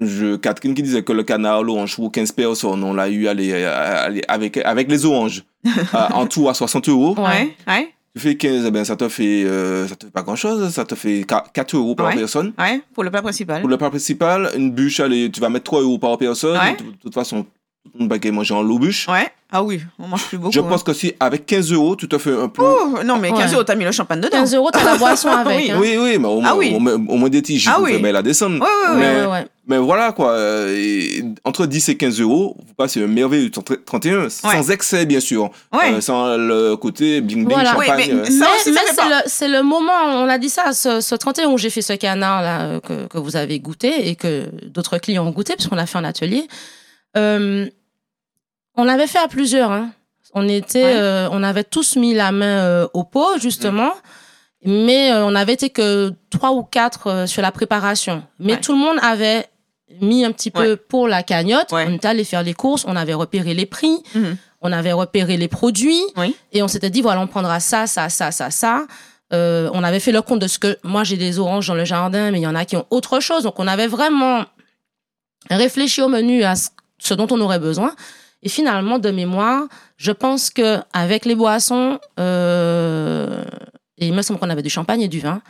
A: Je, Catherine qui disait que le canard l'orange pour 15 personnes, on l'a eu allez, euh, allez, avec, avec les oranges euh, en tout à 60 euros.
C: Ouais.
B: Ouais, ouais,
A: Tu fais 15, eh ben, ça te fait, euh, ça te fait pas grand chose, ça te fait 4 euros par
B: Ouais.
A: personne.
B: ouais, pour le plat principal.
A: Pour le plat principal, une bûche, allez, tu vas mettre 3 euros par personne.
B: Ouais.
A: De toute façon, tout le monde va manger en l'eau bûche.
B: Ouais. Ah oui, on mange plus beaucoup.
A: Je
B: hein. Oh,
A: pense que si avec 15 euros, tu te fais un plat.
B: Ouh, non, mais 15
C: Ouais.
B: euros, t'as mis le champagne dedans.
C: 15 euros, t'as la boisson avec.
B: Oui,
C: hein.
A: Oui, oui, mais au moins,
B: oui.
A: au moins- au moins des tiges
B: Ah
A: pour
B: oui.
A: faire belle la descente.
B: Ouais, ouais, ouais.
C: Ouais,
A: Mais-
C: ouais, ouais.
A: Mais voilà quoi, euh, et entre 10 et 15 euros, vous passez un merveilleux 31, sans excès bien sûr,
B: Ouais.
A: Euh, sans le côté bling bling
C: Voilà.
B: Ouais,
A: champagne.
B: mais-
A: euh.
B: Ça aussi, ça
C: mais
B: fait
C: c'est
B: pas.
C: le- c'est le, moment, on a dit ça, ce, ce 31 où j'ai fait ce canard là euh, que, que vous avez goûté et que d'autres clients ont goûté, puisqu'on l'a fait en atelier. Euh, on l'avait fait à plusieurs. hein. On, était,
B: Ouais.
C: euh, on avait tous mis la main euh, au pot, justement,
B: Mm.
C: mais euh, on n'avait été que trois ou quatre euh, sur la préparation. Mais
B: Ouais.
C: tout le monde avait mis un petit peu pour la cagnotte.
B: Ouais.
C: On est allé faire les courses, on avait repéré les prix.
B: Mhm.
C: On avait repéré les produits
B: Oui.
C: et on s'était dit voilà, on prendra ça, ça, ça, ça, ça. Euh, on avait fait le compte de ce que moi j'ai des oranges dans le jardin, mais il y en a qui ont autre chose. Donc on avait vraiment réfléchi au menu à ce- ce dont on aurait besoin. Et finalement, de mémoire, je pense que avec les boissons, euh, et il me semble qu'on avait du champagne et du vin.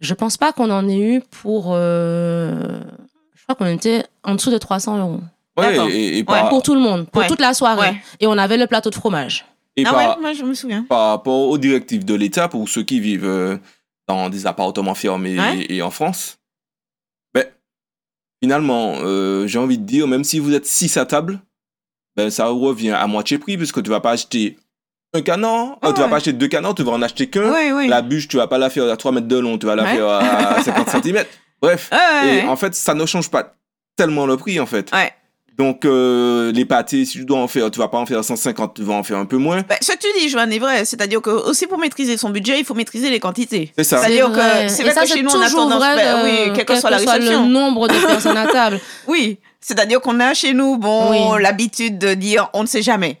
C: Je pense pas qu'on en ait eu pour. euh, je crois qu'on était en dessous de 300 euros
B: D'accord.
A: Ouais, et, et par,
C: pour tout le monde, pour
B: Oh. Ouais.
C: toute la soirée.
B: Ouais.
C: Et on avait le plateau de fromage.
A: et
B: Ah
A: par-
B: ouais, moi je me souviens.
A: par rapport aux directives de l'État pour ceux qui vivent euh, dans des appartements fermés
B: Ouais.
A: et, et en France. Ben, finalement, euh, j'ai envie de dire, même si vous êtes 6 à table, ben, ça revient à moitié prix puisque tu vas pas acheter un canard, euh, tu vas
B: Ouais.
A: pas acheter deux canards, tu vas en acheter qu'un.
B: Ouais, ouais.
A: La bûche, tu vas pas la faire à 3 mètres de long, tu vas la
B: Ouais.
A: faire à 50 cm. Bref,
B: Ouais, ouais,
A: et
B: ouais.
A: en fait, ça ne change pas tellement le prix en fait.
B: Ouais.
A: Donc, euh, les pâtés, si tu dois en faire, tu vas pas en faire 150, tu vas en faire un peu moins.
B: Ben, ce que tu dis, Joanne, est vrai. C'est-à-dire que aussi pour maîtriser son budget, il faut maîtriser les quantités.
A: C'est ça.
B: C'est-à-dire
C: C'est
B: que
C: vrai.
B: c'est
C: Et
B: vrai
C: ça,
B: que
C: c'est
B: chez nous, on a
C: toujours
B: tendance,
C: vrai
B: ben
C: de-
B: oui, quel que soit la
C: le
B: réception.
C: nombre de personnes à table.
B: Oui, c'est-à-dire qu'on a chez nous, bon,
C: Oui.
B: l'habitude de dire on ne sait jamais.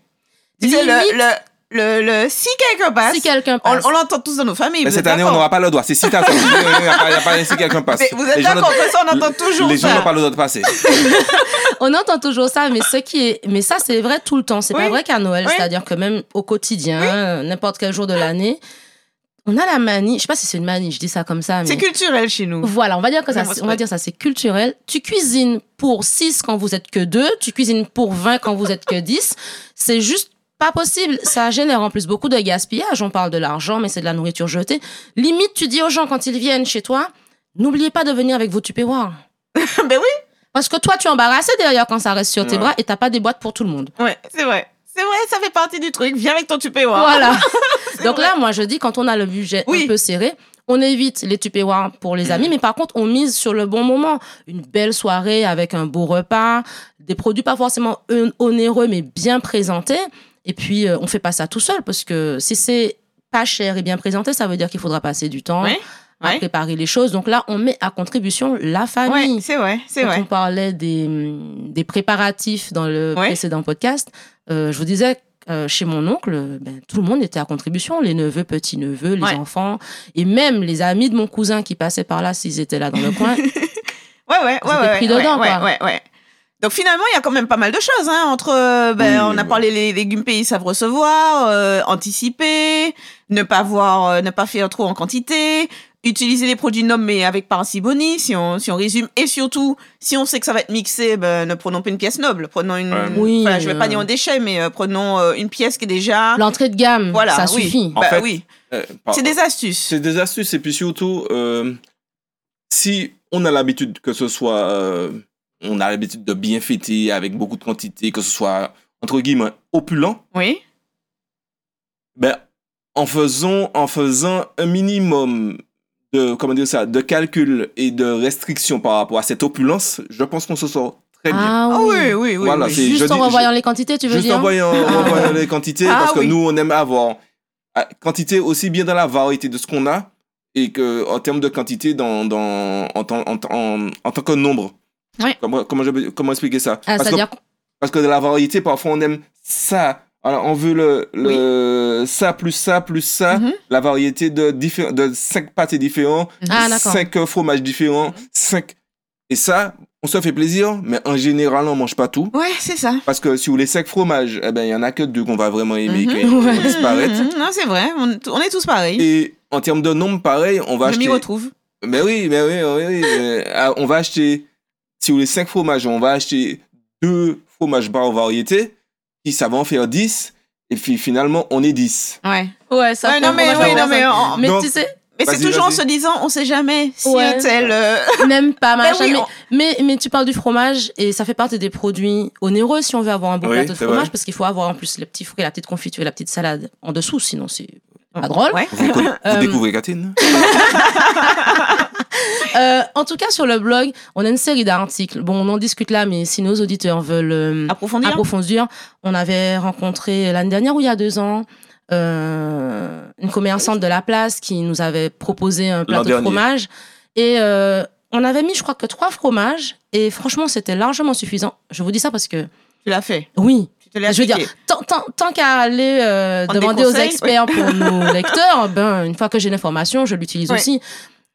B: Tu sais,
C: Limite.
B: le, le, le, le- si quelqu'un passe,
C: Si quelqu'un
B: Hein? on,
C: passe.
B: on l'entend tous dans nos familles.
A: Mais
B: vous
A: cette
B: êtes
A: année, on
B: d'accord
A: n'aura pas le droit. C'est si t'as il n'y a pas- y a pas ainsi quelqu'un passe.
B: Mais Vous êtes
A: Les gens
B: d'accord que ça, on
A: n'ont-
B: entend toujours
A: Les gens
B: ça.
A: n'ont pas le droit de passer.
C: On entend toujours ça, mais ce qui est, mais ça c'est vrai tout le temps. C'est
B: Oui.
C: pas vrai qu'à Noël,
B: Oui.
C: c'est-à-dire que même au quotidien, euh, n'importe quel jour de l'année, on a la manie. Je sais pas si c'est une manie, je dis ça comme ça, mais
B: C'est culturel chez nous.
C: voilà, on va dire que ça,
B: Non, moi,
C: c'est-
B: c'est
C: on va
B: vrai.
C: dire ça, c'est culturel. Tu cuisines pour 6 quand vous êtes que 2, tu cuisines pour 20 quand vous êtes que 10. C'est juste pas possible. Ça génère en plus beaucoup de gaspillage. On parle de l'argent, mais c'est de la nourriture jetée. Limite, tu dis aux gens quand ils viennent chez toi, n'oubliez pas de venir avec vos tupéroirs.
B: ben oui,
C: Parce que toi, tu es embarrassé derrière quand ça reste sur tes
A: Ouais.
C: bras et t'as pas des boîtes pour tout le monde.
B: ouais, c'est vrai. C'est vrai, ça fait partie du truc. Viens avec ton tupéoir.
C: Voilà. Donc
B: vrai.
C: là, moi, je dis, quand on a le budget
B: Oui.
C: un peu serré, on évite les tupéoirs pour les amis, mais par contre, on mise sur le bon moment. Une belle soirée avec un beau repas, des produits pas forcément on- onéreux, mais bien présentés. Et puis, euh, on fait pas ça tout seul, parce que si c'est pas cher et bien présenté, ça veut dire qu'il faudra passer du temps
B: Ouais,
C: à
B: ouais.
C: préparer les choses. Donc là, on met à contribution la famille.
B: Ouais, c'est vrai, c'est
C: Quand
B: vrai.
C: on parlait des, des préparatifs dans le
B: Ouais.
C: précédent podcast, euh, je vous disais euh, chez mon oncle, ben, tout le monde était à contribution, les neveux, petits-neveux, les
B: Ouais.
C: enfants, et même les amis de mon cousin qui passaient par là, s'ils étaient là dans le coin.
B: Ouais, ouais, ouais,
C: étaient
B: ouais,
C: pris
B: ouais,
C: dedans,
B: ouais,
C: quoi.
B: ouais, ouais. Donc finalement, il y a quand même pas mal de choses. Hein, entre, euh, ben,
A: Oui,
B: on a
A: oui.
B: parlé les légumes pays savent recevoir, euh, anticiper, ne pas voir, euh, ne pas faire trop en quantité, utiliser les produits nommés avec parcimonie, si on, si on résume, et surtout, si on sait que ça va être mixé, ben, ne prenons pas une pièce noble, prenons une.
A: Ouais.
C: Oui,
B: enfin, je vais pas
C: euh.
B: dire en déchet, mais euh, prenons euh, une pièce qui est déjà.
C: L'entrée de gamme,
B: Voilà,
C: ça
B: oui.
C: suffit.
A: En
B: Ben
A: fait,
B: oui,
A: Euh, par-
B: c'est des astuces.
A: C'est des astuces. Et puis surtout, euh, si on a l'habitude que ce soit. euh, on a l'habitude de bien fêter avec beaucoup de quantité, que ce soit entre guillemets opulent,
B: Oui,
A: ben, en, faisant, en faisant un minimum de, comment dire ça, de calcul et de restrictions par rapport à cette opulence, je pense qu'on se sort très bien.
C: Ah
B: Ah
C: oui.
B: oui, oui, oui.
A: Voilà,
B: oui.
A: c'est- je
C: Juste
A: dis-
C: en
A: je-
C: revoyant les quantités, tu veux
A: Juste
C: dire
A: en voyant,
C: Ah.
A: en voyant les quantités,
B: Ah
A: parce que
B: oui.
A: nous, on aime avoir euh, quantité aussi bien dans la variété de ce qu'on a et que en termes de quantité dans, dans, en, tant- en, tant- en- en tant que nombre.
B: Ouais.
A: Comment, comment, je- comment expliquer ça
C: Ah,
A: parce, que,
C: C'est-à-dire
A: parce que de la variété, parfois, on aime ça. Alors, on veut le, le ça plus ça plus ça,
B: Mhm.
A: la variété de, diffé- de cinq pâtés différents,
C: Ah, d'accord.
A: cinq euh, fromages différents,
B: Mhm.
A: cinq... Et ça, on se fait plaisir, mais en général, on mange pas tout.
B: Ouais, c'est ça.
A: Parce que sur les cinq fromages, eh ben, il y en a que deux qu'on va vraiment aimer,
B: Mhm.
A: qui vont
C: Ouais.
A: disparaître.
B: Mhm, mhm, Non, c'est vrai, on, on est tous pareils.
A: Et en termes de nombre, pareil, on va
B: je
A: acheter.
B: m'y retrouve.
A: Mais oui, mais oui, ben oui, oui, mais, ah, on va acheter. Sur les cinq fromages, on va acheter deux fromages bar en variété, qui ça va en faire 10, et puis finalement, on est 10.
B: Ouais.
C: Ouais, ça
B: Ouais,
C: fait
B: non, mais,
C: vraiment
B: oui, non,
C: mal.
B: mais, en-
C: Mais
A: Donc-
C: tu sais,
B: Mais c'est
A: Vas-y,
B: toujours en
A: vas-y.
B: se disant, on sait jamais si
C: Ouais.
B: tel. euh,
C: Même pas,
B: Ben
C: machin.
B: oui,
C: mais,
B: on-
C: mais, mais tu parles du fromage et ça fait partie des produits onéreux si on veut avoir un bon
A: Oui,
C: plateau de
A: c'est
C: fromage
A: vrai.
C: parce qu'il faut avoir en plus les petits fruits, la petite confiture, et la petite salade en dessous, sinon c'est pas drôle.
B: Ouais.
A: Vous, vous
C: Euh,
A: découvrez Catherine
C: Euh, en tout cas, sur le blog, on a une série d'articles. Bon, on en discute là, mais si nos auditeurs veulent euh,
B: Approfondir.
C: approfondir, on avait rencontré l'année dernière ou il y a deux ans euh, une commerçante de la place qui nous avait proposé un plateau de
A: dernier.
C: fromage. Et euh, on avait mis, je crois, que trois fromages. Et franchement, c'était largement suffisant. Je vous dis ça parce que,
B: Tu l'as fait.
C: oui,
B: Tu te l'as
C: Je veux dire,
B: appliqué.
C: tant, tant- tant qu'à aller euh,
B: Prendre des
C: demander aux
B: conseils,
C: experts pour nos lecteurs, ben, une fois que j'ai l'information, je l'utilise
B: Ouais.
C: aussi.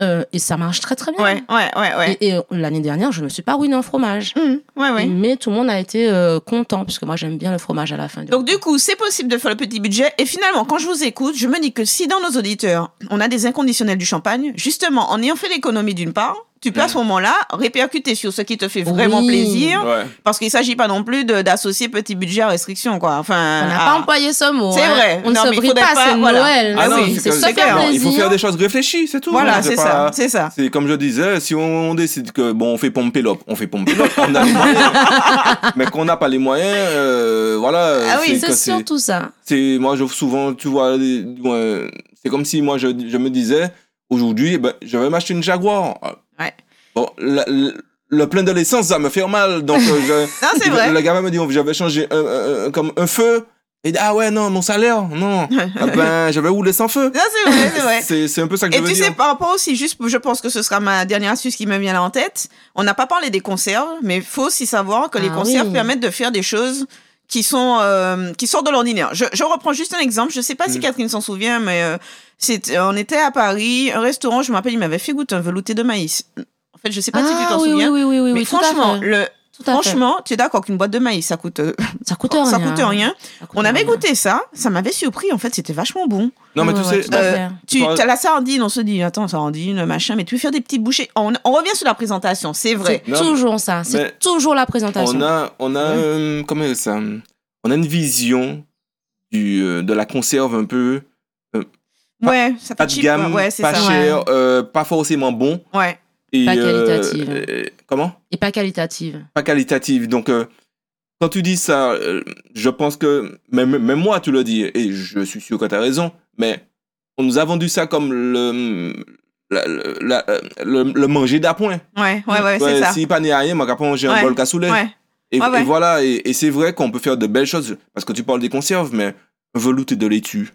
C: Euh, et ça marche très très bien.
B: Ouais, ouais, ouais, ouais.
C: Et, et, euh, l'année dernière, je ne me suis pas ruinée en fromage.
B: Mmh, ouais, ouais.
C: Mais tout le monde a été euh, content, parce que moi j'aime bien le fromage à la fin.
B: Donc du coup, c'est possible de faire le petit budget. Et finalement, quand je vous écoute, je me dis que si dans nos auditeurs, on a des inconditionnels du champagne, justement, en ayant fait l'économie d'une part, tu
A: Mmh.
B: peux à ce moment-là répercuter sur ce qui te fait vraiment
C: Oui.
B: plaisir,
A: Ouais.
B: parce qu'il s'agit pas non plus de- d'associer petit budget à restriction, quoi. Enfin,
C: on n'a
B: à-
C: pas employé ce mot.
B: ah. C'est
C: hein.
B: vrai.
C: On ne
B: Non, mais
C: se
B: il
C: brille
B: faudrait
C: pas,
B: pas-
C: c'est
B: voilà.
C: Noël.
B: Ah
C: mais
B: non,
C: oui,
B: c'est
C: c'est
A: comme-
C: se faire
B: clair.
A: hein, Il faut faire
C: plaisir.
A: des choses réfléchies, c'est tout.
B: voilà,
A: hein,
B: c'est
A: pas-
B: ça, c'est ça.
A: C'est comme je disais, si on décide que bon, on fait pomper l'op, on fait pomper l'op, on a les moyens. mais qu'on n'a pas les moyens, euh, voilà.
B: Ah oui,
A: que
C: C'est surtout ça.
A: c'est moi je souvent tu vois les- ouais, c'est comme si moi je, je me disais aujourd'hui ben, je vais m'acheter une Jaguar
B: Ouais.
A: bon la- la- le plein de l'essence ça me fait mal donc euh, je-
B: Non, c'est vrai.
A: le gars me dit je vais changer un- un- un- comme un feu et ah ouais non mon salaire non Ah ben je vais rouler sans feu
B: Non, c'est vrai, c'est vrai.
A: c'est c'est un peu ça que
B: Et
A: je veux
B: tu
A: dire
B: sais, par rapport aussi, juste, je pense que ce sera ma dernière astuce qui me vient là en tête. On n'a pas parlé des conserves, mais faut aussi savoir que les
C: Ah
B: conserves
C: oui.
B: permettent de faire des choses qui sont euh, qui sortent de l'ordinaire. Je, je reprends juste un exemple. Je sais pas si
A: Mm.
B: Catherine s'en souvient, mais euh, c'est, on était à Paris, un restaurant. Je me rappelle, il m'avait fait goûter un velouté de maïs. En fait, je sais pas si tu
C: Ah
B: t'en
C: oui, oui,
B: souviens.
C: oui, oui, oui,
B: mais
C: oui, tout à
B: franchement,
C: fait.
B: le,
C: Tout à fait.
B: franchement, tu es d'accord qu'une boîte de maïs, ça coûte, euh,
C: ça coûte rien.
B: ça coûte rien.
C: Ça coûte
B: On avait
C: rien.
B: goûté ça, ça m'avait surpris. En fait, c'était vachement bon.
A: non mais
C: Ouais,
A: tu
C: ouais,
A: sais
C: tout à
B: euh,
C: fait.
B: Tu
A: Par-
B: as la sardine, on se dit, attends, sardine, machin, mais tu veux faire des petites bouchées. On, on revient sur la présentation, c'est vrai.
C: C'est
A: Non,
C: toujours ça.
A: mais-
C: C'est toujours la présentation.
A: on a on a euh, comment dire ça on a une vision du euh, de la conserve un peu Pas-
B: Ouais, ça fait
A: pas de
B: cheap,
A: gamme
B: ouais, ouais, c'est
A: pas
B: ça.
A: cher euh, pas forcément bon
B: Ouais.
A: Et,
C: Pas
A: euh,
C: qualitative.
A: euh, comment
C: Et pas qualitative.
A: Pas qualitative. Donc, euh, quand tu dis ça, euh, je pense que même, même moi, tu le dis, et je suis sûr que tu as raison, mais on nous a vendu ça comme le, la- la- la- le, le manger d'appoint.
B: ouais, ouais, ouais, c'est ça.
A: si pas né à rien, moi, après, j'ai un
B: Ouais.
A: bol cassoulet.
B: Ouais. Bah
A: Et,
B: Ouais, ouais.
A: et voilà, et, et c'est vrai qu'on peut faire de belles choses, parce que tu parles des conserves, mais un velouté de laitue.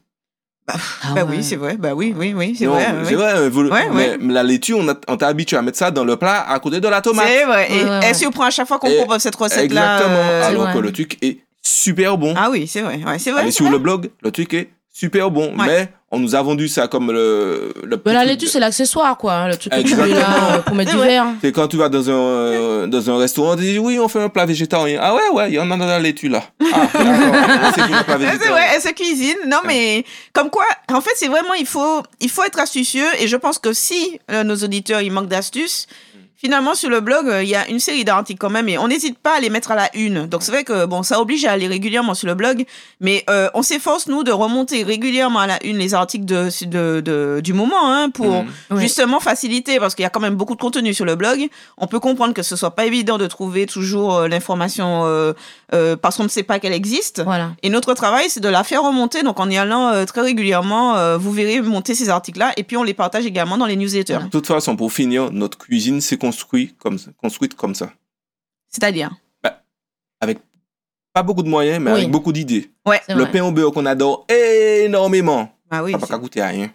C: Ah
B: bah
C: ouais.
B: oui, c'est vrai, bah oui, oui, oui, c'est
A: Non,
B: vrai. oui.
A: c'est vrai, un velouté-
B: Ouais,
A: mais
B: ouais.
A: mais la laitue, on a- on t'a habitué à mettre ça dans le plat à côté de la tomate.
B: C'est vrai. Et
C: Ouais, ouais, ouais.
B: elle surprend à chaque fois qu'on
A: Et-
B: propose cette recette-là.
A: Exactement.
B: euh,
A: Alors
C: ouais.
A: que le truc est super bon.
B: Ah oui, c'est vrai. Ouais, c'est vrai.
A: Allez
B: c'est
A: sur
B: vrai.
A: le blog, le truc est super bon.
B: Ouais.
A: Mais on nous a vendu ça comme le. le
C: Mais
A: petit
C: la
A: truc.
C: laitue, c'est l'accessoire, quoi. hein, Le truc que tu mets
A: Exactement.
C: là euh, pour mettre
B: C'est
C: du
B: vrai.
C: verre.
A: C'est quand tu vas dans un, euh, dans un restaurant, on te dit oui, on fait un plat végétarien. Ah ouais, ouais, il y en a dans la laitue là. Ah, d'accord. c'est pour le plat
B: Ouais, C'est
A: végétarien.
B: vrai, elle se cuisine. Non, mais comme quoi, en fait, c'est vraiment, il faut, il faut être astucieux. Et je pense que si euh, nos auditeurs, ils manquent d'astuces, finalement, sur le blog, euh, il y a une série d'articles quand même. Et on n'hésite pas à les mettre à la une. Donc, c'est vrai que, bon, ça oblige à aller régulièrement sur le blog. Mais euh, on s'efforce, nous, de remonter régulièrement à la une les articles de, de, de- du moment hein, pour
A: Mhm.
C: Ouais.
B: justement faciliter, parce qu'il y a quand même beaucoup de contenu sur le blog. On peut comprendre que ce soit pas évident de trouver toujours euh, l'information euh, euh, parce qu'on ne sait pas qu'elle existe.
C: Voilà.
B: Et notre travail, c'est de la faire remonter. Donc, en y allant euh, très régulièrement, euh, vous verrez monter ces articles-là. Et puis, on les partage également dans les newsletters.
A: De toute façon, pour finir, notre cuisine s'est construite comme, ça- construite comme ça.
B: C'est-à-dire
A: Pas beaucoup de moyens, mais
C: Oui.
A: avec beaucoup d'idées.
B: Ouais.
C: C'est
A: Le
C: vrai.
A: pain au beurre qu'on adore énormément.
B: Ah oui,
A: Ça n'a pas qu'à coûter à rien.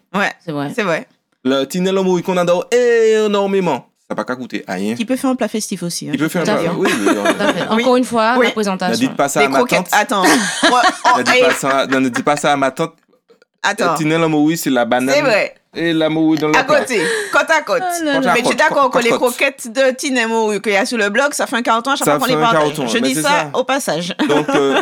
C: C'est vrai.
B: c'est vrai.
A: Le tinel au mouille qu'on adore énormément. Ça n'a pas qu'à coûter à rien.
B: Qui peut faire un plat festif aussi. hein,
A: Il peut
B: je
A: faire
B: peux
A: un
B: le
C: Tout
A: plat.
C: à
B: dire.
A: Oui, oui, oui.
C: Tout à fait.
B: Oui.
C: Encore une fois,
B: Oui.
C: la
A: Ne
C: présentation.
A: dites pas ça à
B: Des
A: ma
B: croquettes.
A: tante.
B: Attends. Ouais, oh,
A: Ne dites
B: hey,
A: pas ça- Ne dites pas ça à ma tante.
B: attends.
A: Tinel Amouroui, c'est la banane.
B: C'est vrai.
A: Et l'amouroui dans le
B: À
A: plat.
B: côté. Côte à côte.
C: Ah là là.
A: Côte
B: Mais
A: à
B: tu es
A: côte,
B: d'accord que
A: côte à
B: les
A: côte.
B: croquettes de Tinemo qu'il y a sur le blog, ça fait un carton à chaque
A: Ça
B: fois qu'on
A: fait
B: les
A: un
B: partage.
A: carton,
B: Je
A: mais
B: dis
A: c'est
B: ça
A: ça.
B: au passage.
A: Donc, euh,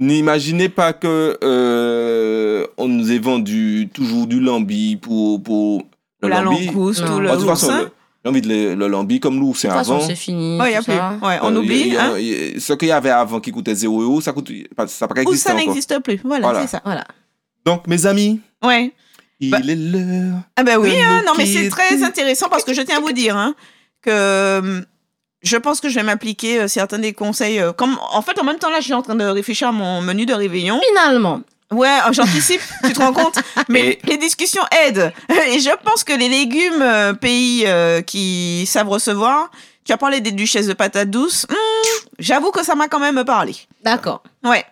A: n'imaginez pas que euh, on nous ait vendu toujours du lambi pour. pour le
B: La
A: lambi.
B: langouste
C: Non.
B: ou
A: Ah,
B: le
A: de toute façon,
B: oursin.
A: le- j'ai envie de le, le lambi comme l'oursin
C: De toute
A: avant.
C: façon, c'est fini.
B: Oh, il n'y a
C: tout
B: plus.
C: ça.
B: Ouais, on
A: Euh, il
B: oublie.
A: y a-
B: hein.
A: il y a- Ce qu'il y avait avant qui coûtait 0 euros, ça coûte, ça n'a pas
B: Ou
A: existé
B: ça
A: encore.
B: n'existe plus. Voilà,
A: euh, Voilà.
B: c'est ça.
C: Voilà.
A: Donc, mes amis,
B: Ouais.
A: Il
B: Bah-
A: est l'heure.
B: Ah ben oui,
A: Le
B: hein,
A: mot
B: non mais
A: qui
B: c'est
A: est-
B: très intéressant parce que je tiens à vous dire hein, que euh, je pense que je vais m'appliquer euh, certains des conseils. euh, comme en fait en même temps là, je suis en train de réfléchir à mon menu de réveillon.
C: Finalement,
B: Ouais, euh, j'anticipe, tu te rends compte. Mais les discussions aident. Et je pense que les légumes euh, pays euh, qui savent recevoir. Tu as parlé des duchesses de patates douces. Hmm, J'avoue que ça m'a quand même parlé.
C: d'accord.
B: Ouais.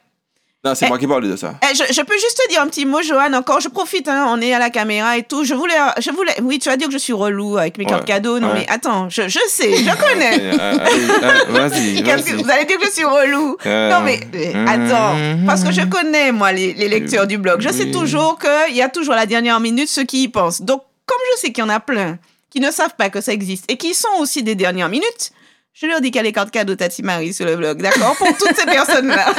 A: Non, c'est
B: Eh.
A: moi qui parle de ça.
B: Eh, je, je peux juste te dire un petit mot, Johan, encore. Je profite, hein, on est à la caméra et tout. Je voulais, je voulais. Oui, tu as dit que je suis relou avec mes
A: Ouais,
B: cartes cadeaux. Non,
A: ouais.
B: mais attends, je, je sais, je
A: Euh,
B: connais.
A: euh, euh, Vas-y,
B: Qu'est-ce que-
A: vas-y.
B: vous allez dire que je suis relou.
A: Euh,
B: Non, mais eh,
A: euh,
B: attends,
A: euh,
B: parce que je connais, moi, les, les lecteurs du blog. Je sais
A: oui.
B: toujours qu'il y a toujours à la dernière minute ceux qui y pensent. Donc, comme je sais qu'il y en a plein qui ne savent pas que ça existe et qui sont aussi des dernières minutes, je leur dis qu'il y a les cartes cadeaux Tati Marie sur le blog, d'accord Pour toutes ces personnes-là.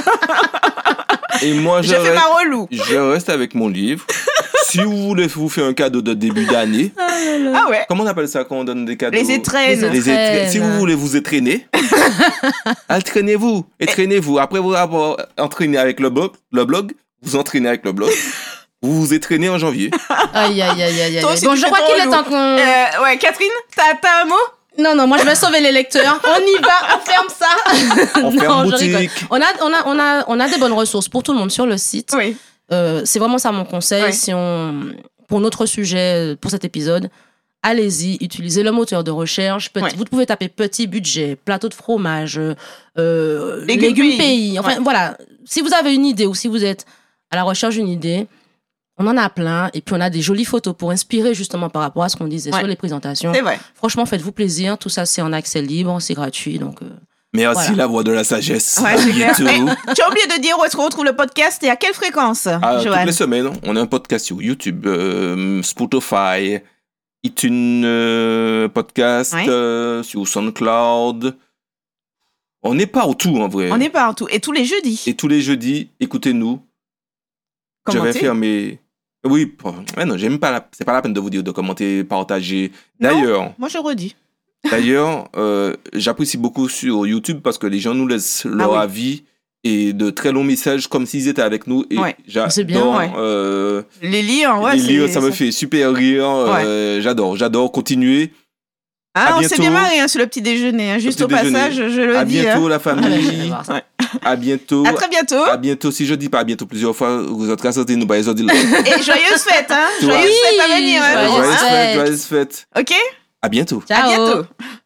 A: Et moi, je
B: Je fais
A: reste,
B: ma relou.
A: je reste avec mon livre. si vous voulez vous faire un cadeau de début d'année,
B: Ah ouais
A: comment on appelle ça quand on donne des cadeaux
B: les étrennes.
C: Les
A: Les étrennes.
C: Étrennes.
A: Si vous voulez vous étraîner, entraînez-vous, étraînez-vous. Après vous avoir entraîné avec le blog, le blog, vous entraînez avec le blog. Vous vous étraînez en janvier.
C: Aïe, aïe, aïe, aïe, aïe.
B: Toi aussi,
C: Bon,
B: tu
C: je
B: fais
C: crois
B: ton
C: qu'il est
B: relou.
C: temps qu'on...
B: Euh, ouais, Catherine, t'as, t'as un mot
C: Non, non, moi je vais sauver les lecteurs. On y va, on ferme ça.
A: On
C: Non,
A: ferme
C: je rigole.
A: boutique.
C: On a, on, a, on, a, on a des bonnes ressources pour tout le monde sur le site.
B: Oui.
C: Euh, c'est vraiment ça mon conseil.
B: Ouais.
C: Si on, pour notre sujet, pour cet épisode, allez-y, utilisez le moteur de recherche. Petit-
B: Ouais.
C: Vous pouvez taper petit budget, plateau de fromage, euh, euh,
B: Légumes
C: légumes,
B: pays.
C: pays. Enfin, voilà. Si vous avez une idée ou si vous êtes à la recherche d'une idée, on en a plein. Et puis, on a des jolies photos pour inspirer justement par rapport à ce qu'on disait
B: Ouais.
C: sur les présentations.
B: C'est vrai.
C: Franchement, faites-vous plaisir. Tout ça, c'est en accès libre, c'est gratuit. Donc, euh,
A: Merci
C: Voilà.
A: la voix de la sagesse.
B: Ouais, c'est clair.
A: Bientôt.
B: Tu as oublié de dire où est-ce qu'on retrouve le podcast et à quelle fréquence,
A: Ah, toutes
B: Joanne
A: les semaines, on a un podcast sur YouTube, euh, Spotify, iTunes euh, Podcast,
B: Ouais.
A: euh, sur SoundCloud. On est partout en vrai.
B: On est partout. Et tous les jeudis.
A: Et tous les jeudis, écoutez-nous. Je vais
B: Commentez.
A: faire mes. Oui, pour- ouais, non, j'aime pas. la- C'est pas la peine de vous dire de commenter, partager.
B: Non.
A: D'ailleurs,
B: Moi, je redis.
A: d'ailleurs, euh, j'apprécie beaucoup sur YouTube parce que les gens nous laissent leur
B: Ah oui.
A: avis et de très longs messages comme s'ils étaient avec nous. Et
B: Ouais.
C: C'est bien,
A: j'adore.
B: ouais.
A: euh,
B: Les lire, ouais.
A: les
B: c'est-
A: livres, ça me fait super rire. euh, J'adore, j'adore. Continuez.
B: Ah,
A: À
B: on s'est
A: bientôt.
B: bien marré hein, sur le petit déjeuner. hein. Juste
A: petit
B: au passage, je le
A: À
B: dis.
A: bientôt, la
C: voilà, je vais
A: famille.
C: voir ça.
A: À bientôt.
B: hein. À très bientôt.
A: À bientôt. Si je dis pas à bientôt plusieurs fois, vous êtes cassés, nous, bah, ils ont dit là.
B: Et joyeuse fête, hein.
A: Tu vois.
B: Joyeuse fête à
C: Oui,
B: venir. hein.
C: joyeuse
A: Joyeuses
C: fête.
A: fêtes, joyeuses fêtes.
B: Ok
A: À bientôt.
B: À
C: Ciao.
B: bientôt.